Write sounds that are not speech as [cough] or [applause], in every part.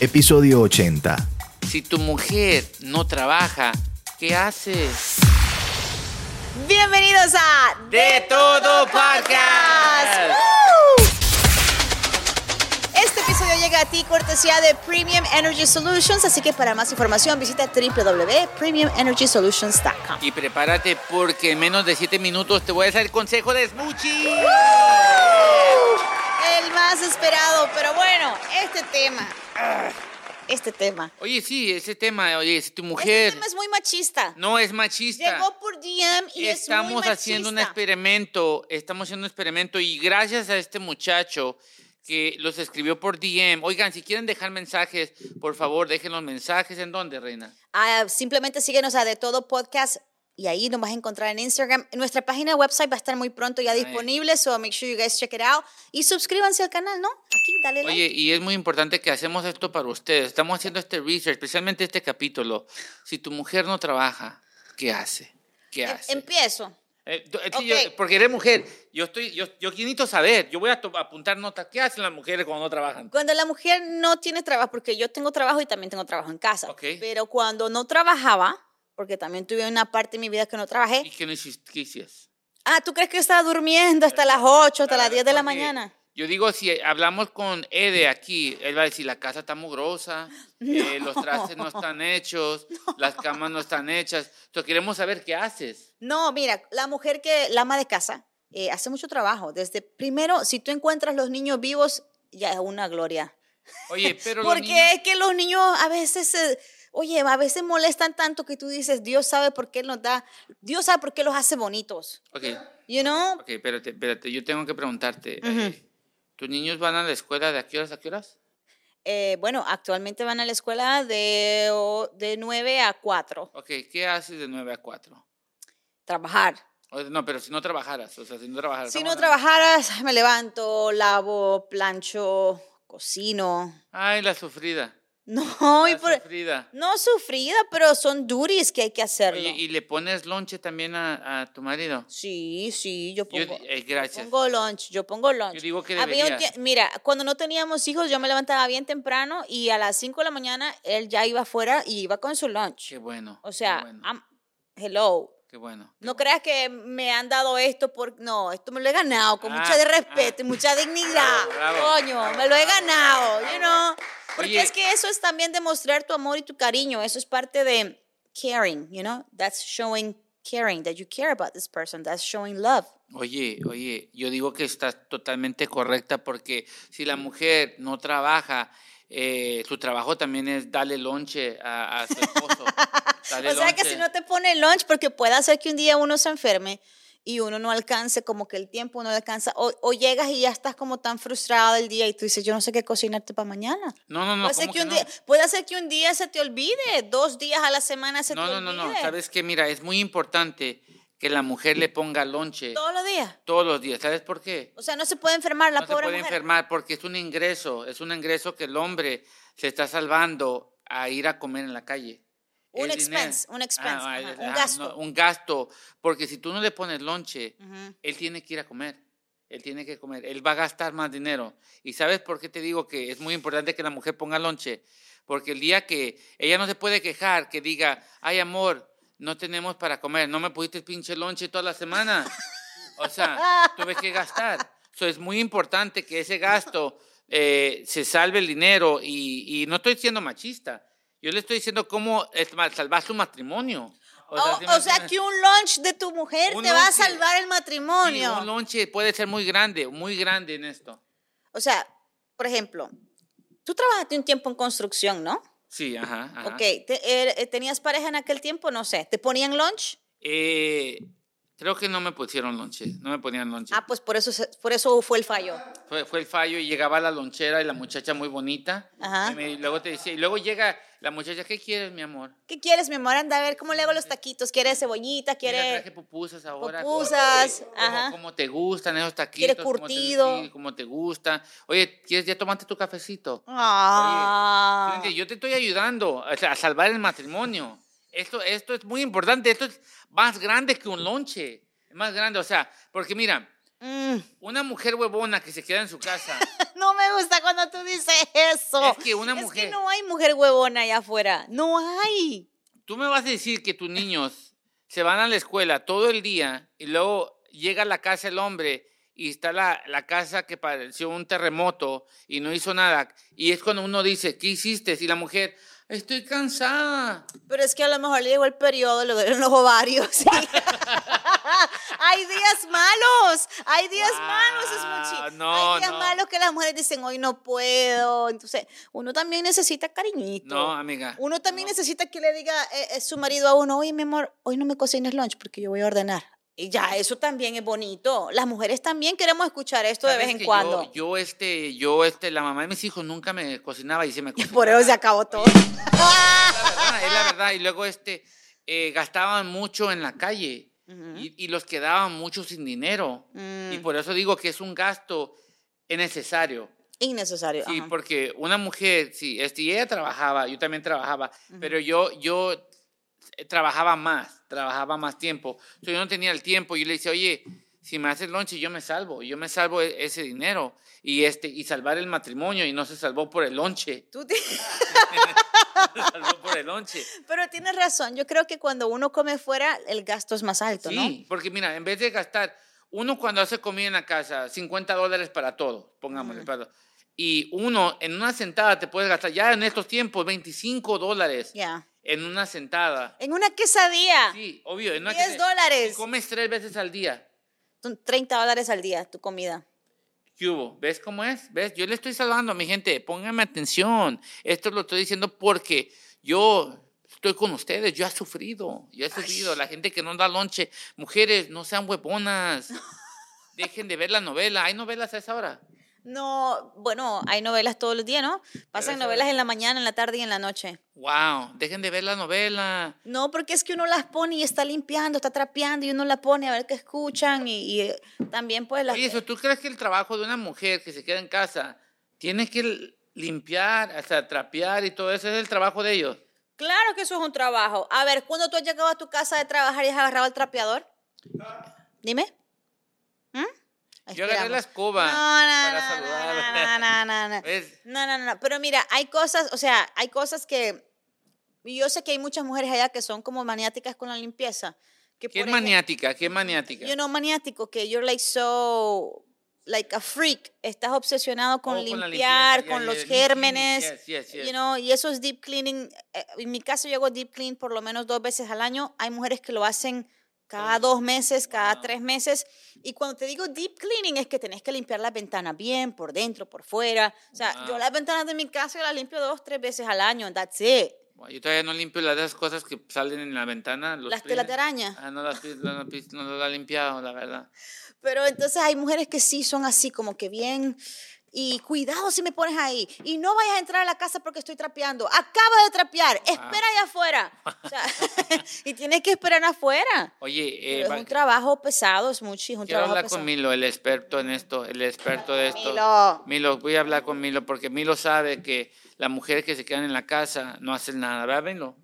episodio 80. Si tu mujer no trabaja, ¿qué haces? Bienvenidos a De todo podcast. Este episodio llega a ti cortesía de Premium Energy Solutions, así que para más información visita www.premiumenergysolutions.com. Y prepárate porque en menos de 7 minutos te voy a hacer el consejo de Smoochie. El más esperado, pero bueno, este tema. ah, Este tema. Oye, sí, ese tema, oye, si tu Este mujer tema es muy machista. no es machista. Llegó por DM y es muy estamos machista. haciendo un experimento, estamos haciendo un experimento y gracias a este muchacho que los escribió por DM. Oigan, si quieren dejar mensajes, por favor, dejen los mensajes. ¿En dónde, Reina? Ah, simplemente síguenos a De Todo Podcast y ahí nos vas a encontrar en Instagram. Nuestra página website va a estar muy pronto ya disponible, so make sure you guys check it out. Y suscríbanse al canal, ¿no? Aquí, dale like. Oye, y es muy importante que hacemos esto para ustedes. Estamos haciendo este research, especialmente este capítulo. Si tu mujer no trabaja, ¿qué hace? ¿Qué Em- hace? Empiezo. Eh, tú- es que yo- Ok. porque eres mujer. Yo estoy, yo, yo necesito saber. Yo voy a to- apuntar notas. ¿Qué hacen las mujeres cuando no trabajan? Cuando la mujer no tiene trabajo, porque yo tengo trabajo y también tengo trabajo en casa, Ok. pero cuando no trabajaba, porque también tuve una parte de mi vida que no ¿Y trabajé, qué no hiciste? ¿Qué hiciste? ah, ¿tú crees que yo estaba durmiendo hasta las 8, hasta las Ah, 10 de la porque mañana? Yo digo, si hablamos con Ede aquí, él va a decir, la casa está [gasps] mugrosa, eh, los trastes no están [laughs] hechos, las camas no están hechas. Entonces queremos saber qué haces. No, mira, la mujer que, la ama de casa, eh, hace mucho trabajo. Desde primero, si tú encuentras los niños vivos, ya es una gloria. Oye, pero los Porque niños- es que los niños a veces, eh, oye, a veces molestan tanto que tú dices, Dios sabe por qué nos da, Dios sabe por qué los hace bonitos. Ok, You know? ok, espérate, espérate, yo tengo que preguntarte. Ujú. eh, ¿Tus niños van a la escuela de a qué horas a qué horas? Eh, bueno, actualmente van a la escuela de, o- de 9 a 4, Ok, ¿qué haces de 9 a 4? trabajar. O- no, pero si no trabajaras, o sea, si Ah, no trabajaras. Si estamos no hablando- trabajaras, me levanto, lavo, plancho, cocino. [laughs] Ay, la sufrida. No, y la por, sufrida. No sufrida, pero son duties que hay que hacerlo. Oye, ¿y le pones lonche también a, a tu marido? sí, sí, yo Yo- pongo. eh, yo gracias. pongo lunch, yo pongo lunch. Yo digo que Había un deberías. tie- mira, cuando no teníamos hijos, yo me levantaba bien temprano y a las 5 de la mañana él ya iba afuera y iba con su lunch. Qué bueno. O sea, qué bueno. I'm- hello. qué bueno. No creas que me han dado esto por. No, esto me lo he ganado con Ah, mucho de respeto y mucha dignidad. Bravo, bravo, Coño, bravo, me lo he bravo, ganado, bravo. you know. Porque Oye. es que eso es también demostrar tu amor y tu cariño. Eso es parte de caring, you know. That's showing caring, that you care about this person. That's showing love. Oye, oye, yo digo que estás totalmente correcta porque si la mujer no trabaja, eh, su trabajo también es darle lonche a, a su [laughs] esposo. Dale o sea que lonche. si no te pone lunch, porque puede hacer que un día uno se enferme y uno no alcance, como que el tiempo no alcanza. O, o llegas y ya estás como tan frustrado el día y tú dices, yo no sé qué cocinarte para mañana. No, no, no. puede, ser ¿cómo que que un no? día, puede ser que un día se te olvide, dos días a la semana se No, te no, no, olvide. no. Sabes que, mira, es muy importante que la mujer le ponga lonche Todos los días. todos los días. ¿Sabes por qué? O sea, no se puede enfermar la no se pobre puede mujer. enfermar porque es un ingreso, es un ingreso que el hombre se está salvando a ir a comer en la calle. Un Es dinero. expense, un expense, Ah, ajá, es- un ajá, gasto. no, un gasto, porque si tú no le pones lonche, Ujú. él tiene que ir a comer. Él tiene que comer, él va a gastar más dinero. ¿Y sabes por qué te digo que es muy importante que la mujer ponga lonche? Porque el día que ella no se puede quejar, que diga, ay amor, no tenemos para comer, no me pudiste pinche lonche toda la semana. O sea, tuve que gastar. So, es muy importante que ese gasto eh, se salve el dinero y, y no estoy siendo machista. Yo le estoy diciendo cómo es más, salvar su matrimonio. O, ¿sí Oh, o me sea, entiendes? que un lunch de tu mujer Un te va a lunch- salvar el Sí, matrimonio. un lonche puede ser muy grande, muy grande en esto. O sea, por ejemplo, tú trabajaste un tiempo en construcción, ¿no? Sí, ajá. ajá. Ok, te- eh, eh, ¿tenías pareja en aquel tiempo? No sé. ¿Te ponían lunch? Eh, creo que no me pusieron lonche, no me ponían lonche. Ah, pues por eso, se- por eso fue el fallo. Fue, fue el fallo y llegaba la lonchera y la muchacha muy bonita. Ajá. Y, me- y luego te decía, y luego llega la muchacha, ¿qué quieres, mi amor? ¿Qué quieres, mi amor? Anda a ver cómo le hago los taquitos. ¿Quieres cebollita? Mira, ¿Quieres...? traje pupusas ahora. Pupusas, como- ajá. Como, como te gustan esos taquitos. Quiere como te- curtido. sí, Como te, gusta. Oye, ¿quieres, ya tomaste tu cafecito? Ah. Fíjate, Yo te estoy ayudando o sea, a salvar el matrimonio. Esto, esto es muy importante. Esto es más grande que un lonche. Es más grande. O sea, porque mira, Mm, [laughs] Una mujer huevona que se queda en su casa. no me gusta cuando tú dices eso. Es que una Es mujer- no hay mujer huevona allá afuera. No hay. Tú me vas a decir que tus niños se van a la escuela todo el día y luego llega a la casa el hombre y está la, la casa que pareció un terremoto y no hizo nada. Y es cuando uno dice, ¿qué hiciste? Y la mujer, estoy cansada. Pero es que a lo mejor le llegó el periodo, le duelen los ovarios. sí. [laughs] hay días malos, hay días Wow, malos, es muchi- Ah, no, Hay días no. malos que las mujeres dicen, hoy no puedo. Entonces, uno también necesita cariñito. No, amiga. Uno también no. necesita que le diga eh, eh, su marido a uno, oye, mi amor, hoy no me cocines lunch porque yo voy a ordenar. Y ya, eso también es bonito. Las mujeres también queremos escuchar esto de ¿Sabes vez en que yo- cuando. Yo, este, yo este, la mamá de mis hijos nunca me cocinaba y se me Y cocinaba. [laughs] por eso [laughs] se acabó todo. la verdad, es la verdad. Y luego este, eh, gastaban mucho en la calle Ujú. y, y los quedaban mucho sin dinero. Mm, Y por eso digo que es un gasto necesario. innecesario. Sí, ajá. porque una mujer, sí, este, y ella trabajaba, yo también trabajaba, pero yo, yo eh, trabajaba más, trabajaba más tiempo. Entonces, yo no tenía el tiempo. Yo le decía, oye, si me haces lonche, yo me salvo, yo me salvo e- ese dinero y, este, y salvar el matrimonio. Y no se salvó por el lonche, [laughs] Tú te- se salvó por el lonche. [laughs] Pero tienes razón, yo creo que cuando uno come fuera, el gasto es más alto, Sí, porque mira, en vez de gastar, uno cuando hace comida en la casa, 50 dólares para todo, pongámosle, para- y uno en una sentada te puedes gastar, ya en estos tiempos, 25 dólares ¿no? Ya. en una sentada. En una quesadilla, Sí, obvio, en una 10 que- dólares. y Comes tres veces al día. son 30 dólares al día tu comida. ¿Qué hubo? ¿Ves cómo es? ¿Ves? Yo le estoy saludando a mi gente, pónganme atención. Esto lo estoy diciendo porque yo estoy con ustedes, yo he sufrido, yo he sufrido. La gente que no da lonche, mujeres, no sean huevonas. Dejen de ver la novela. ¿Hay novelas a esa hora? No, bueno, hay novelas todos los días, ¿no? Pasan eso- novelas en la mañana, en la tarde y en la noche. ¡Wow! Dejen de ver la novela. No, porque es que uno las pone y está limpiando, está trapeando y uno la pone a ver qué escuchan y, y también pues las... Oye, eso, ¿tú crees que el trabajo de una mujer que se queda en casa tiene que l- limpiar, hasta trapear y todo eso? ¿Es el trabajo de ellos? Claro que eso es un trabajo. A ver, ¿cuándo tú has llegado a tu casa de trabajar y has agarrado el trapeador? Dime. ¿Mm? Yo agarré Esperamos. la escoba No, no, para no, saludar. no, no, no, no, [laughs] no. ¿Ves? No, no, no, no. Pero mira, hay cosas, o sea, hay cosas que yo sé que hay muchas mujeres allá que son como maniáticas con la limpieza. Que ¿Qué es por ejemplo- maniática? ¿Qué es maniática? yo no maniático, que you're like so, like a freak. Estás obsesionado con Oh, con la limpiar, limpieza, con yeah, los yeah, deep cleaning, gérmenes. yes, yes, yes. You know, y eso es deep cleaning. Eh, En mi caso, yo hago deep clean por lo menos dos veces al año. Hay mujeres que lo hacen cada dos meses, cada Wow. tres meses. Y cuando te digo deep cleaning es que tenés que limpiar las ventanas bien, por dentro, por fuera. O sea, yo Wow. las ventanas de mi casa las limpio dos, tres veces al año. That's it. Bueno, Yo todavía no limpio las de esas cosas que salen en la ventana. los Las telas de peines. araña. Ah, no las pi- no, no pi- no las he limpiado, la verdad. Pero entonces hay mujeres que sí son así, como que bien. Y cuidado si me pones ahí. Y no vayas a entrar a la casa porque estoy trapeando. Acaba de trapear. Ah. Espera allá afuera. O sea, [laughs] y tienes que esperar afuera. Oye, eh, Pero es va- un trabajo pesado, es mucho. Es un quiero trabajo hablar pesado. con Milo, el experto en esto, el experto de esto. Milo. Milo, voy a hablar con Milo porque Milo sabe que las mujeres que se quedan en la casa no hacen nada, ¿verdad, Milo?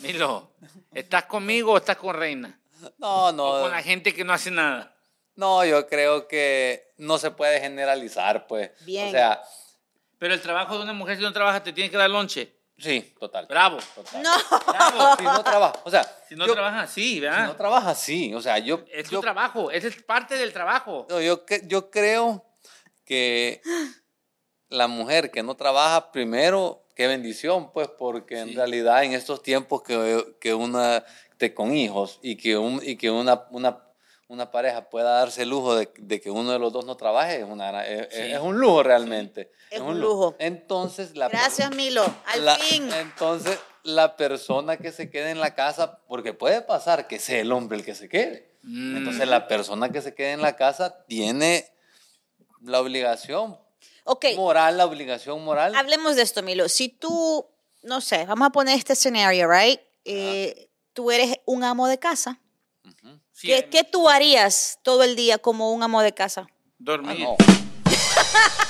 Milo, ¿estás conmigo o estás con Reina? No, O no, con la gente que no hace nada. no, yo creo que no se puede generalizar, pues. Bien. O sea, Pero el trabajo de una mujer si no trabaja te tiene que dar lonche. sí, total. Bravo. total. No. Bravo. Si no trabaja, o sea, Si no yo- trabaja, sí, si ¿verdad? no trabaja, sí, o sea, yo, es tu yo, trabajo, esa es parte del trabajo. no, yo, cre- yo creo que la mujer que no trabaja primero, qué bendición, pues, porque Sí. en realidad en estos tiempos que, que una, te, con hijos y que, un, y que una, una, una pareja pueda darse el lujo de, de que uno de los dos no trabaje, es, una, gran- es, Sí. es un lujo realmente. Es un lujo. Entonces, la Gracias, Milo. Al la- fin. eh, Entonces, la persona que se quede en la casa, porque puede pasar que sea el hombre el que se quede. Mm. Entonces, la persona que se quede en la casa tiene la obligación Ok, moral, la obligación moral. hablemos de esto, Milo. Si tú, no sé, vamos a poner este escenario, ¿right? Eh, tú eres un amo de casa. Sí, eh, ¿Qué, qué tú harías todo el día como un amo de casa? Ah, Dormir. no. Ah,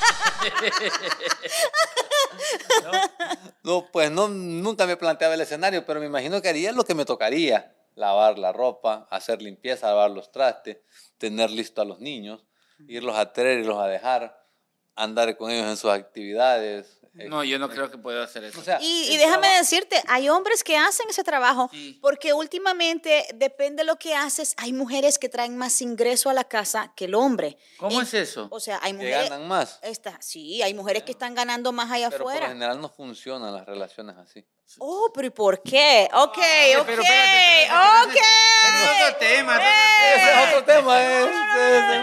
No, pues no, nunca me planteaba el escenario, pero me imagino que haría lo que me tocaría. lavar la ropa, hacer limpieza, lavar los trastes, tener listo a los niños, irlos a traer, irlos a dejar, andar con ellos en sus actividades. eh, No, yo no creo que pueda hacer eso. o [laughs] sea, Y, y el déjame trabajo- decirte, hay hombres que hacen ese trabajo Sí. porque últimamente, depende de lo que haces, hay mujeres que traen más ingreso a la casa que el hombre. ¿Cómo Y- es eso? O sea, hay que mujeres... ganan más. Esta, sí, hay mujeres que están ganando más allá Pero por lo afuera. general no funcionan las relaciones así. Oh, pero ¿y por qué? Ok, ok, pero espérate, espérate, espérate. ok. Es otro tema, otro Eh. Ese es otro tema. eh, ese es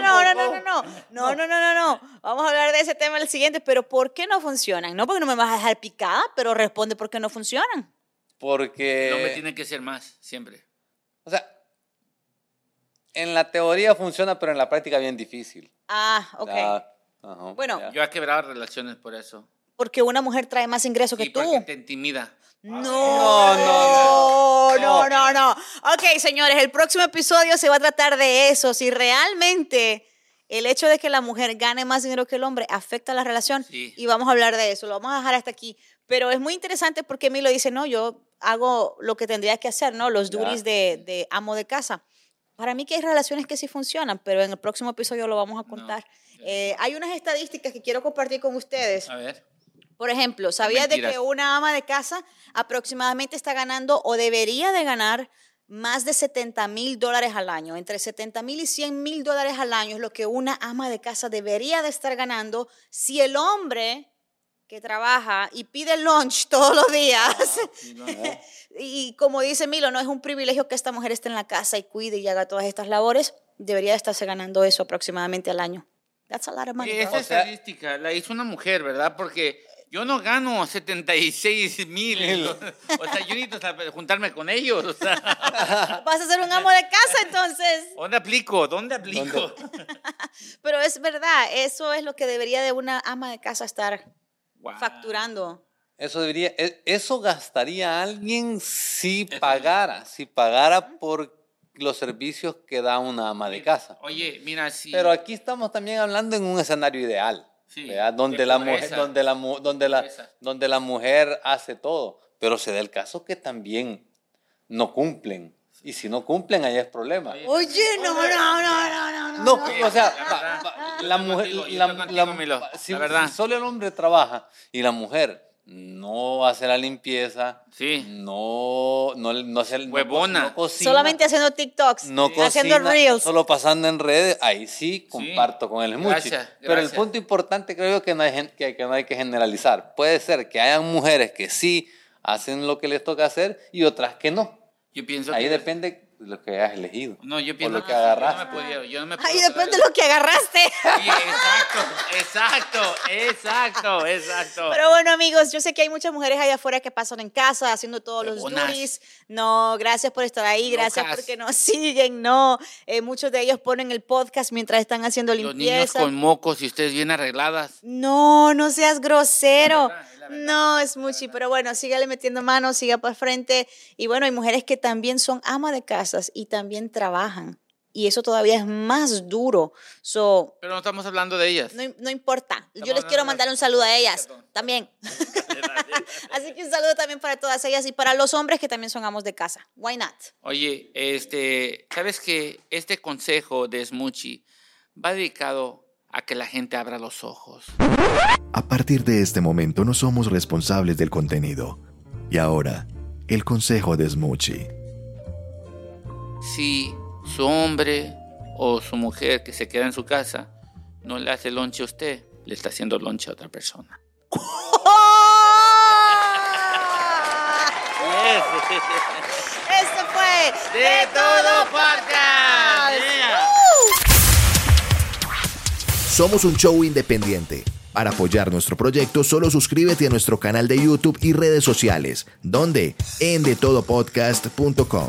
No, no, un no, no, poco- no, no, no, no, no, no. Vamos a hablar de ese tema el siguiente, pero ¿por qué no funcionan? No porque no me vas a dejar picada, pero responde por qué no funcionan. Porque... El hombre tiene que ser más, siempre. O sea, en la teoría funciona, pero en la práctica bien difícil. Ah, ok. Ya, ajá, Bueno, ya. Yo he quebrado relaciones por eso. Porque una mujer trae más ingreso que y tú. porque te intimida. No, No, no, no, no, no. no, Ok, señores, el próximo episodio se va a tratar de eso. Si realmente el hecho de que la mujer gane más dinero que el hombre afecta la relación Sí. y vamos a hablar de eso. Lo vamos a dejar hasta aquí. Pero es muy interesante porque Milo dice, no, yo hago lo que tendría que hacer, ¿no? Los Ya. duties de, de amo de casa. Para mí que hay relaciones que sí funcionan, pero en el próximo episodio lo vamos a contar. Ya. Eh, hay unas estadísticas que quiero compartir con ustedes. A [laughs] ver. Por ejemplo, ¿sabías de que mentiras. una ama de casa aproximadamente está ganando o debería de ganar más de 70 mil dólares al año? Entre 70 mil y 100 mil dólares al año es lo que una ama de casa debería de estar ganando si el hombre que trabaja y pide lunch [laughs] todos los días Ya. y como dice Milo, no es un privilegio que esta mujer esté en la casa y cuide y haga todas estas labores, debería de estarse ganando eso aproximadamente al año. That's a lot of money. Oye, esa girl. O sea- estadística la hizo una mujer, ¿verdad? Porque yo no gano 76 mil. O sea, yo necesito saber- juntarme con ellos. O sea, [laughs] Vas a ser un amo de casa entonces. ¿dónde aplico? ¿Dónde aplico? Pero es verdad, eso es lo que debería de una ama de casa estar Wow. facturando. Eso debería, e- eso gastaría alguien si pagara, si pagara por los servicios que da una ama de casa. Oye, mira, si... Pero aquí estamos también hablando en un escenario ideal, Sí, ¿verdad? donde de la mujer, pobreza. donde la, mu- donde la, Pobreza. donde la mujer hace todo, pero se da el caso que también no cumplen y si no cumplen ahí es problema. Oye, no, no, no, no, no. No, o la sea, verdad. va- va- Yo la estoy mujer, contigo, yo la, estoy contigo, la- Milo, si, la verdad. si solo el hombre trabaja y la mujer no hace la limpieza, Sí. no, no, no hace el- no co- Huevona. no cocina, Solamente haciendo TikToks, no haciendo cocina, reels. solo pasando en redes, ahí sí comparto con el mucho. Gracias, Pero el gracias. punto importante creo yo que no, hay, gen- que, que no hay que generalizar. Puede ser que hayan mujeres que sí hacen lo que les toca hacer y otras que no. Yo pienso Ahí que- depende de lo que hayas elegido. No, yo por pienso lo que Yo no agarraste. me podía, yo no me Ahí puedo depende de quedar- lo que agarraste. Sí, exacto, exacto, exacto, exacto. Pero bueno, amigos, yo sé que hay muchas mujeres allá afuera que pasan en casa haciendo todos los Huevonas. duties. No, gracias por estar ahí, gracias Locas. porque nos [laughs] siguen. No, Eh, muchos de ellos ponen el podcast mientras están haciendo Los niños limpieza. con mocos y ustedes bien arregladas. No, no seas grosero. Es la verdad, es la verdad, no, es mucho. Pero bueno, sígale metiendo manos, siga para frente. Y bueno, hay mujeres que también son ama de casas y también trabajan. Y eso todavía es más duro. So, Pero no estamos hablando de ellas. no, im- no importa. Yo Estamos les quiero hablando de- mandar un saludo a ellas Perdón. también. Así que un saludo también para todas ellas y para los hombres que también son amos de casa. [laughs] Why not? [laughs] Oye, este, ¿sabes que Este consejo de Smoochie va dedicado a que la gente abra los ojos. A partir de este momento no somos responsables del contenido. Y ahora, el consejo de Smoochie. Si su hombre o su mujer que se queda en su casa no le hace lonche a usted, le está haciendo lonche a otra persona. ¡Oh! Esto Este fue ¡De todo podcast! Somos un show independiente. Para apoyar nuestro proyecto, solo suscríbete a nuestro canal de YouTube y redes sociales, donde en detodopodcast.com.